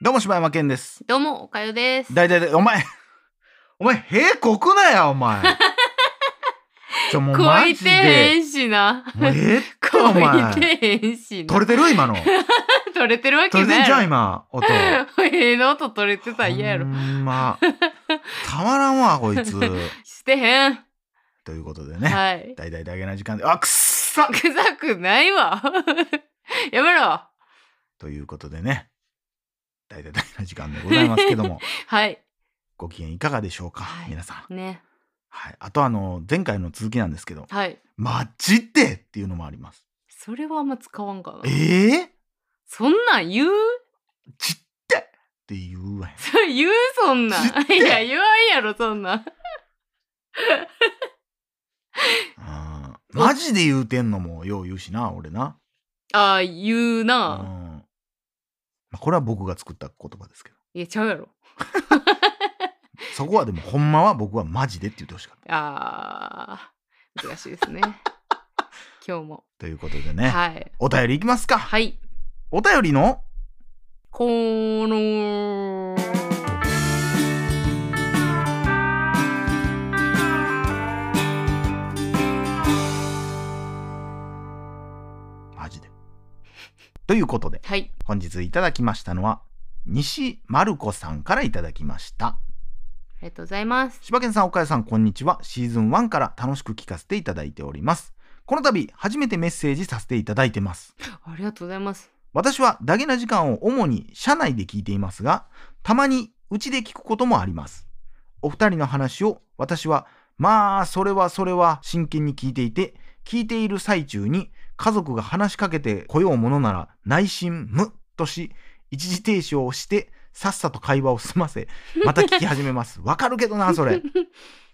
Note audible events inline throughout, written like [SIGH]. どうも柴山健です。どうも、おかよです。大体で、お前、 [LAUGHS] お前、屁こくなや、お [LAUGHS] 前。ちょ、もうこマいジてへで。んしな。もうええって、こお前。いてへんしな。取れてる今の。 [LAUGHS] 取れ [LAUGHS] てるわけ取れなていんやじゃん、ろ。今、音。ええの音取れ [LAUGHS] てたら嫌やろほ。んま。たまらんわ、こい [LAUGHS] つ。してへん。ということでね。はい。大体だけな時間で。あ、くっさ臭くないわ。 [LAUGHS] やめろ。ということでね。大体だけな時間でございますけど [LAUGHS] も。はい。ご機嫌いかがでしょうか、はい皆さん。ね。はい。あと、あの、前回の続きなんですけど、はい。マジでっていうのもあります。それはあんま使わんかな。ええそんなん言うちってって言うわよそ言うそんなん。知っていや、言わんやろ、そんなん。うんマジで言うてんのもよう言うしな、俺な。ああ、言ううん。な。まあ、これは僕が作った言葉ですけど。いや、ちゃうやろ。そこはでも、ほんまは僕はマジでって言ってほしかった。ああ、難しいです [LAUGHS] ね。今日も。ということでね、はい。お便りいきますか。はい。お便りのこの。マジで。ということで、はい。本日いただきましたのは、西丸子さんからいただきました。ありがとうございます。柴犬さん、岡谷さん、こんにちは。シーズン1から楽しく聞かせていただいております。この度、初めてメッセージさせていただいてます。ありがとうございます。私はダゲな時間を主に社内で聞いていますが、たまにうちで聞くこともあります。お二人の話を私は、まあ、それはそれは真剣に聞いていて、聞いている最中に家族が話しかけてこようものなら内心無とし、一時停止をして、さっさと会話を済ませ、また聞き始めます。 [LAUGHS] わかるけどな、それ。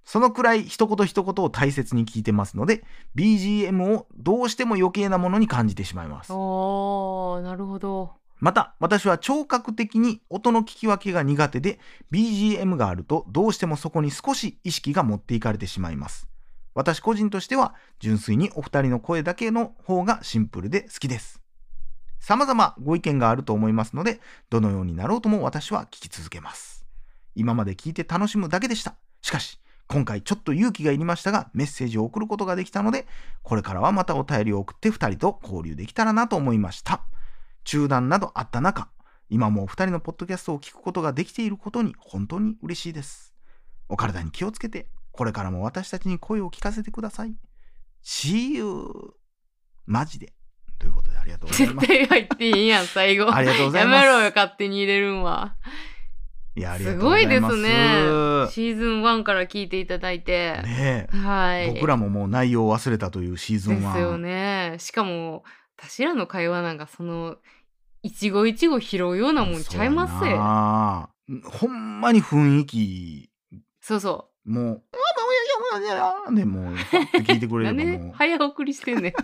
そのくらい一言一言を大切に聞いてますので、BGM をどうしても余計なものに感じてしまいます。ああ、なるほど。また私は聴覚的に音の聞き分けが苦手で BGM があるとどうしてもそこに少し意識が持っていかれてしまいます私個人としては純粋にお二人の声だけの方がシンプルで好きです様々ご意見があると思いますのでどのようになろうとも私は聞き続けます今まで聞いて楽しむだけでしたしかし今回ちょっと勇気がいりましたがメッセージを送ることができたのでこれからはまたお便りを送って二人と交流できたらなと思いました中断などあった中、今もお二人のポッドキャストを聞くことができていることに本当に嬉しいです。お体に気をつけて、これからも私たちに声を聞かせてください。See you! マジで。ということでありがとうございま絶す。対入っていいやん、最後。ありがとうございます。やめろよ、勝手に入れるんは。いや、ありがすとうごございいでますすね。シーズン1から聞いていただいて。ねはい。え、僕らももう内容を忘れたというシーズンでは。すよね。しかも、私らの会話なんか、その、一期一会拾うようなもんちゃいますそうやよ。なほんまに雰囲気、そうそもう、でもう、ふわって聞いてくう。れなれんばでもう。早送りして [LAUGHS] んねん。っ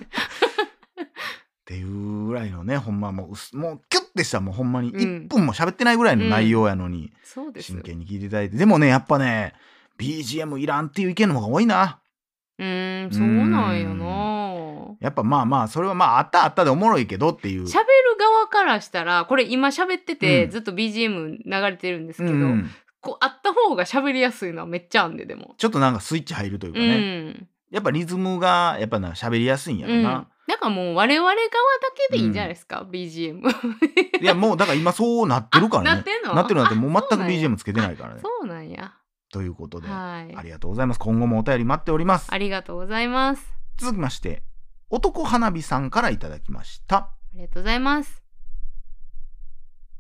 ていうぐらいのねほんまもううすもうキュッてしたもうほんまにうん1分も喋ってないぐらいの内容やのに、そうですよ真。剣に聞いていただいてでもねやっぱね BGM いらんっていう意見の方が多いなうーん、そうなんやな。やっぱまあまあそれはまああったあったでおもろいけどっていう喋る側からしたら、これ今喋ってて、うんずっと BGM 流れてるんですけど、うんうんこうあった方が喋りやすいのはめっちゃあんで、でも。ちょっとなんかスイッチ入るというかね、うん。やっぱリズムがやっぱな喋りやすいんやうろん。な、なんかもう我々側だけでいいんじゃないですか、BGM。 [LAUGHS] いやもうだから今そうなってるから [LAUGHS] あねなってんのなってるなってもう全そうくなんや BGM つけてないからねそうなんや。ということで、はいあ。りがとうございます今後もお便り待っておりますありがとうございます。続きまして男花火さんからいただきましたありがとうございます。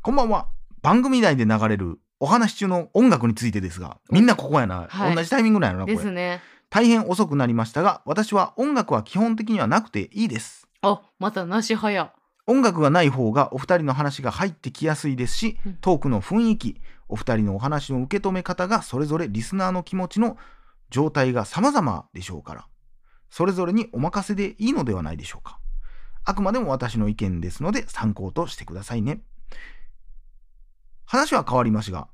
こんばんは。番組内で流れるお話し中の音楽についてですが、みんなここやな。はい同じタイミングなんやろな、でこすれ。ね。大変遅くなりましたが、私は音楽は基本的にはなくていいです。あ、またなしは [LAUGHS] や。音楽がない方がお二人の話が入ってきやすいですしうん、トークの雰囲気、お二人のお話の受け止め方がそれぞれリスナーの気持ちの状態が様々でしょうから、それぞれにお任せでいいのではないでしょうか。あくまでも私の意見ですので参考としてくださいね。話は変わりますが、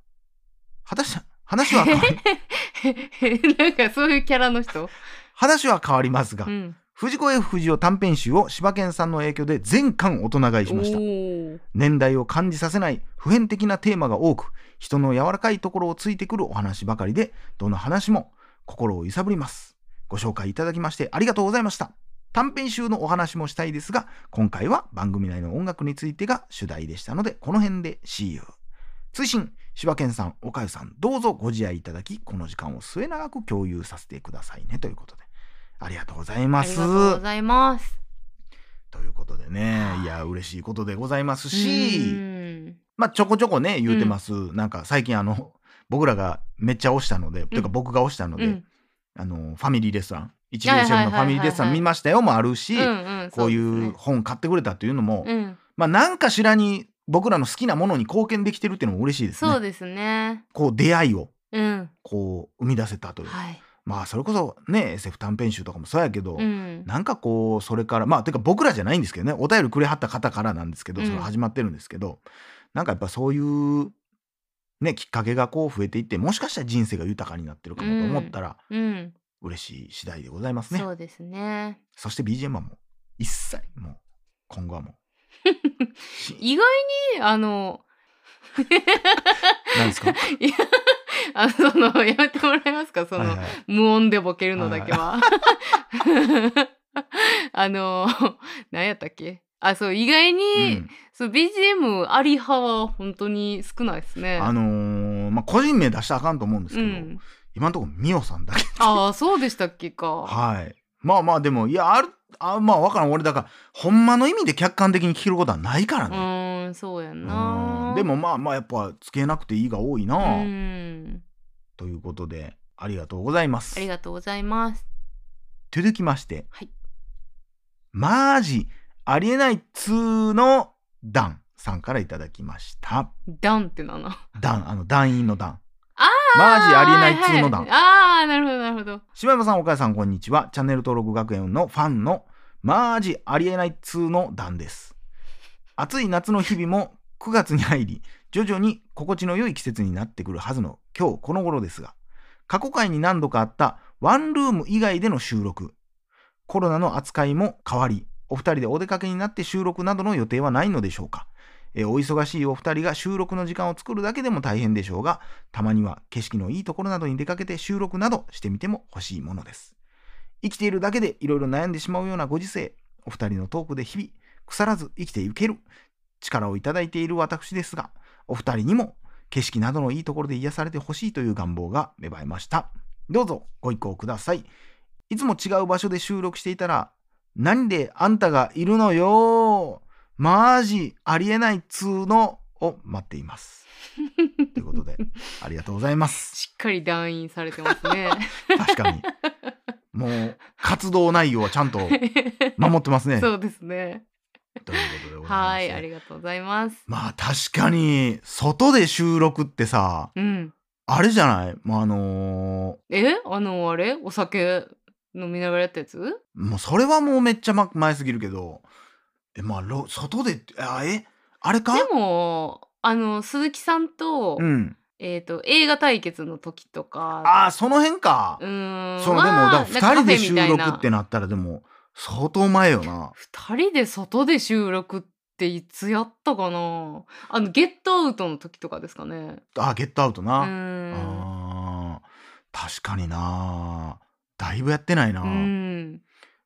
果たし、話 [LAUGHS] は変わり、なんかそういうキャラの人。話は変わりますがう、ん。藤子 F 不二雄短編集を柴犬さんの影響で全巻大人買いしましたお。ー年代を感じさせない普遍的なテーマが多く人の柔らかいところをついてくるお話ばかりでどの話も心を揺さぶりますご紹介いただきましてありがとうございました短編集のお話もしたいですが今回は番組内の音楽についてが主題でしたのでこの辺で See you 追伸柴犬さんおかゆさんどうぞご自愛いただきこの時間を末永く共有させてくださいねということでありがとうございあまりすがとうございます。ということでねいや嬉しいことでございますうしーんまあ、ちょこちょこね、言うてます。なんか、最近、あの、 [LAUGHS] 僕らがめっちゃ押したので、というか僕が押したので、うんあの、ファミリーレストラン、一流シェフのファミリーレストランはいはいはいはい見ましたよもあるし、うんんこういそううで本買ってくれたというのも、すねうんまあ、なんかしらに僕らの好きなものに貢献できてるっていうのも嬉しいですね。そうですね。こう、出会いを、うん。こう、生み出せたという。はい。まあ、それこそね、SF 短編集とかもそうやけど、うん。なんかこうそれからまあてか僕らじゃないんですけどねお便りくれはった方からなんですけどそれうん始まってるんですけど、なんかやっぱそういうねきっかけがこう増えていってもしかしたら人生が豊かになってるかもと思ったらうん。嬉しい次第でございますね、そうですね。そして BGM はもう一切もう今後はも [LAUGHS] うし意外に、あの、なんですかいや、あの、その、やめてもらえますか [LAUGHS] その、はいはい無音でボケるのだけは。あの、何やったっけあ、そう、意外に、うんそう BGM あり派は本当に少ないですね。あのーまあ個人名出したらあかんと思うんですうけど、ん。今のところミオさんだけああ、そうでしたっけか。はい。まあまあでもいやあるあまあわからん俺だからほんまの意味で客観的に聞けることはないからうね。ーん、そうやんうんな。でもまあまあやっぱつけなくていいが多いうな、ん。ということでありがとうございますあ。りがとうございます。続きまして、はいマージありえない通のダンさんからいただきました。ダンってなの。ダンあの団員のダン。あマージありえない通のダはンい。ああ、なるほど、なるほど。柴山さん、岡谷さん、こんにちは。チャンネル登録学園のファンのマージありえない通の段です。暑い夏の日々も9月に入り、徐々に心地の良い季節になってくるはずの今日この頃ですが、過去回に何度かあったワンルーム以外での収録、コロナの扱いも変わり、お二人でお出かけになって収録などの予定はないのでしょうか。えーお忙しいお二人が収録の時間を作るだけでも大変でしょうが、たまには景色のいいところなどに出かけて収録などしてみても欲しいものです。生きているだけでいろいろ悩んでしまうようなご時世、お二人のトークで日々腐らず生きていける力をいただいている私ですが、お二人にも景色などのいいところで癒されてほしいという願望が芽生えました。どうぞご意向ください。いつも違う場所で収録していたら、何であんたがいるのよマジありえないっつーのを待っています。ということで、ありがとうございます。しっかり団員されてますね。確かに。もう活動内容はちゃんと守ってますね。というそうですね。ことでございます。はい、ありがとうございます。まあ確かに外で収録ってさ、うん。あれじゃない？まああのーえ、あのあれ、お酒飲みながらやったやつ？もうそれはもうめっちゃま前すぎるけど、えまあろ外であえあれか？でもあの鈴木さんと、うん。えっ、と映画対決の時とか、ああその辺か。うーん。そのでもまあだから二人で収なんか録カっフェみたていななったらでも相当前よな。二人で外で収録っていつやったかな。あのゲットアウトの時とかですかね。あゲットアウトうな。ーん。あー確かになだいぶやってないな、うん。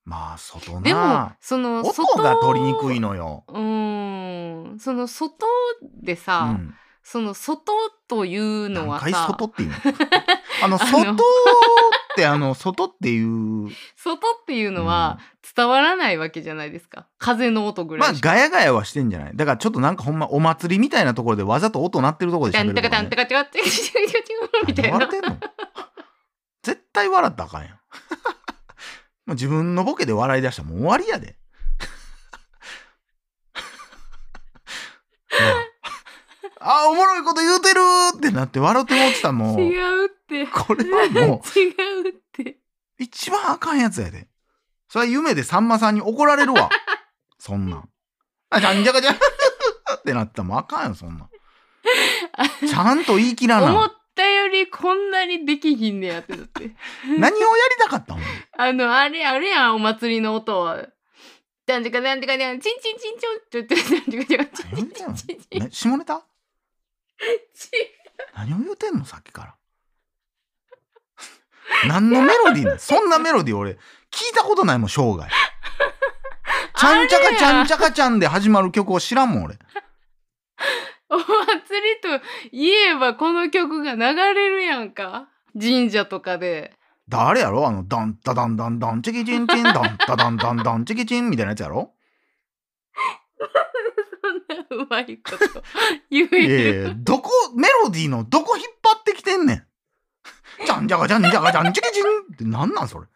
まあ外でもなその音が取りにくいのよ、うーんその外でうさ、ん、その外というの何は回さ外っていう [LAUGHS] のあのあの外ってあの外って [LAUGHS] いう外っていうのは伝わらないわけじゃないですか風の音ぐまらあいしか。ガヤガヤはしてんじゃないだからちょっとなんかほんまお祭りみたいなところでわざと音鳴ってるところでダ喋ンるとタか、カダねン、タカチカチカチカチカチカみたい何笑なってんの絶対笑ったらあかんやん [LAUGHS] もう自分のボケで笑い出したらもう終わりやで [LAUGHS] な [LAUGHS] ああおもろいこと言うてるってなって笑ってもってたらもう違うってこれは違うもってう一番あかんやつやでそれは夢でさんまさんに怒られ [LAUGHS] るわそんなんあじゃんじゃかじゃんってなってたらもうあかんよそんなんちゃんと言い切ら思っなったよりこんなにできひんねやってだって何をやりたかったのあのあれあれやんお祭りの音は「なんとかなんとかなんチンチンチンチョン」って言って「なんとかなんとかチンチンチンチンチンね下ネタチ何を言うてんのさっきから何のメロディーなのそんなメロディー俺聞いたことないもん生涯ちゃんちゃかちゃんちゃかちゃんで始まる曲を知らんもん俺 [LAUGHS] お祭りといえばこの曲が流れるやんか神社とかで誰やろあのダンダダンダンダンチキチンチンダンダダンダンダンチキチンみたいなやつやろ [LAUGHS] そんなうまいこと [LAUGHS] い言やえいるやどこメロディーのどこ引っ張ってきてんねんちゃん [LAUGHS] じゃかちゃんじゃかちゃんチキチンって何なんそれ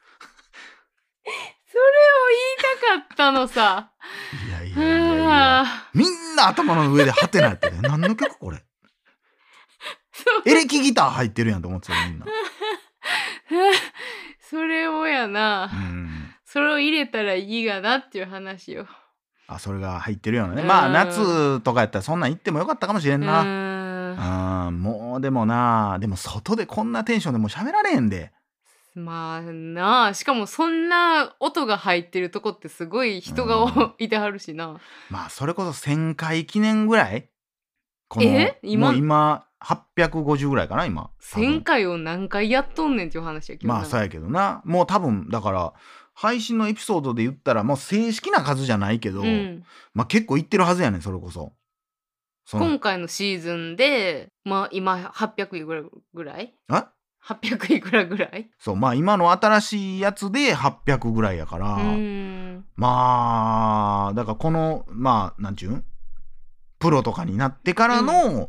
それを言いたかったのさいやいやいやいやあみんな頭の上でハテナやってる何の曲これそうエレキギター入ってるやんと思ってたよみんなーそれをやな、うんそれを入れたらいいがなっていう話よあそれが入ってるようなねうんまあ夏とかやったらそんなん行ってもよかったかもしれんうなーあもうでもなでも外でこんなテンションでもう喋られへんでんまあなあしかもそんな音が入ってるとこってすごい人がおうん [LAUGHS] いてはるしなまあそれこそ1,000回記念ぐらいこのえ今もう今850ぐらいかな今多分1,000回を何回やっとんねんっていう話やけどなまあそうやけどなもう多分だから配信のエピソードで言ったらもう正式な数じゃないけど、うん、まあ結構行ってるはずやねんそれこそ。その今回のシーズンでまあ今800いくらぐらいあ800いくらぐらいそうまあ今の新しいやつで800ぐらいやから、うーんまあだからこのまあなんちゅうんプロとかになってからの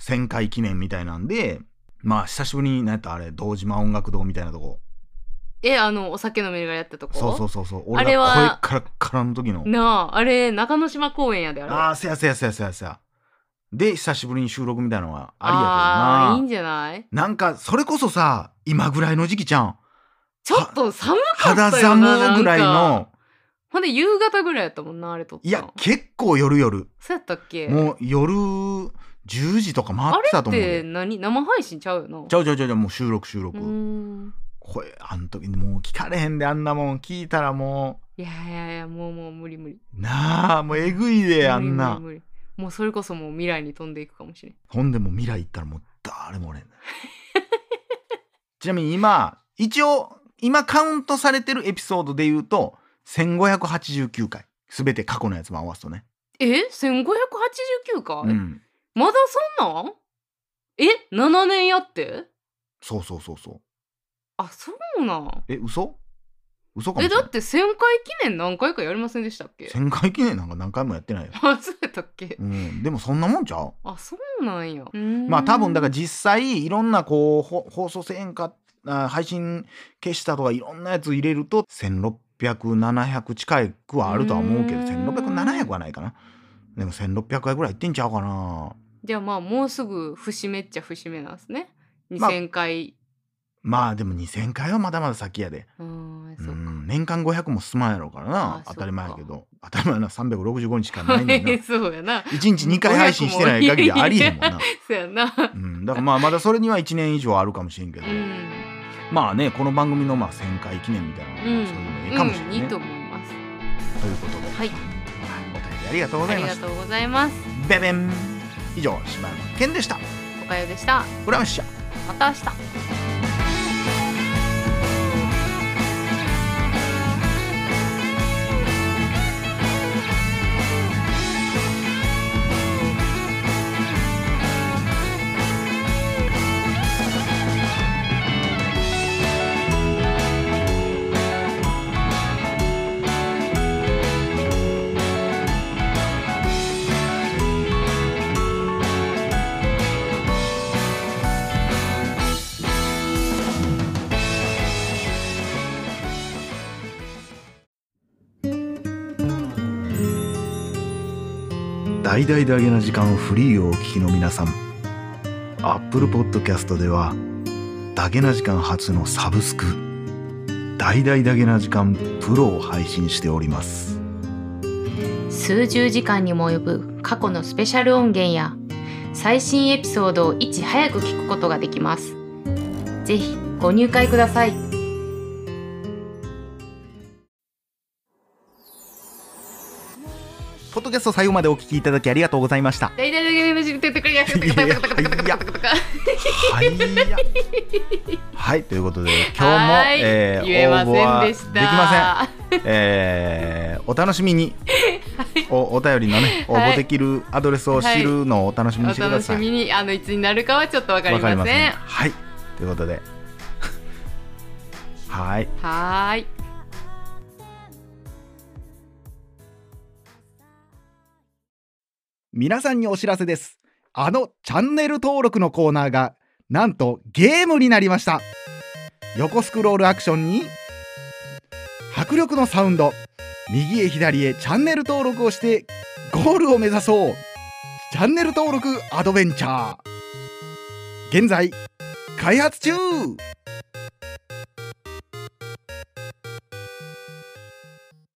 1,000回記念みたいなんで、まあ久しぶりになんやったあれ堂島音楽堂みたいなとこえあのお酒飲みながらやったとこそうそうそうそうあ俺れはが声からからの時のなああれ中之島公園やであれああせやせやせやせやせやで久しぶりに収録みたいなのはああーいりいやけどなんじゃないなんかそれこそさ今ぐらいの時期じゃんちょっと寒かったよな肌寒ぐらいなんかのほんで夕方ぐらいやったもんなあれ撮ったのいや結構夜夜そうやったっけもう夜10時とか回ってたと思うってよ何生配信ちゃうよなちゃうちゃうちゃうちゃうもう収録収う録、ーんこれあの時もう聞かれへんであんなもん聞いたらもいやいやいやもうもう無理無理うなあもうえぐいであ無理ん無理な無理もうそれこそもう未来に飛んでいくかもしれんほんでもう未来行ったらもう誰もおれんねんちなみに今一応今カウントされてるエピソードで言うと1589回全て過去のやつも合わすとね、え1589回、うんまだそんなんえ7年やってそうそうそうそうあそうなんえ嘘嘘かもしえれだないって1000回記念何回かやりませんでしたっけ1000回記念なんか何回もやってないよあそうやったっけうん、でもそんなもんちゃうあそうなんやうーんまあ多分だから実際いろんなこうほ放送せえんかあ配信消したとかいろんなやつ入れると1600700近くはあるとは思うけどうーん1600700はないかなでも1600回ぐらいいってんちゃうかなじゃあまあもうすぐ節目っちゃ節目なんですねまあ2000回、まあでも2000回はまだまだ先やでうーんうそうかん年間500も進まんやろうからあな当そうかたり前やけど当たり前やな365日しかないねん [LAUGHS] なそうやな1日2回配信してない限りありえへんもんな、そうやなうん、だからまあまだそれには1年以上あるかもしれんけど、うんまあねこの番組のまあ1000回記念みたいなのはうんそういうのもいいかもしれない、うん、いいと思いますということで、はいお便りありがとうごあざいりまがしたとうございますベベン以上柴山健でしたおかよでした浦飯社また明日大々であげな時間フリーをお聞きの皆さん Apple Podcast ではだげな時間初のサブスク「大々だげな時間プロ」を配信しております数十時間にも及ぶ過去のスペシャル音源や最新エピソードをいち早く聞くことができますぜひご入会くださいポッドキャスト最後までお聞きいただきありがとうございました。大体だ [LAUGHS] けでててくれやすはい。はい、ということで、今日も、はいえー言えま応募はせんでできしたません。えーお楽しみに、おお便りのね、応はい募できるアドレスを知るのをお楽しみにしておくだ楽しさい。みにあのいつになるかはちょっとわかりませんはい、ということで、 [LAUGHS] はい。はーい皆さんにお知らせですあのチャンネル登録のコーナーがなんとゲームになりました横スクロールアクションに迫力のサウンド右へ左へチャンネル登録をしてゴールを目指そうチャンネル登録アドベンチャー現在開発中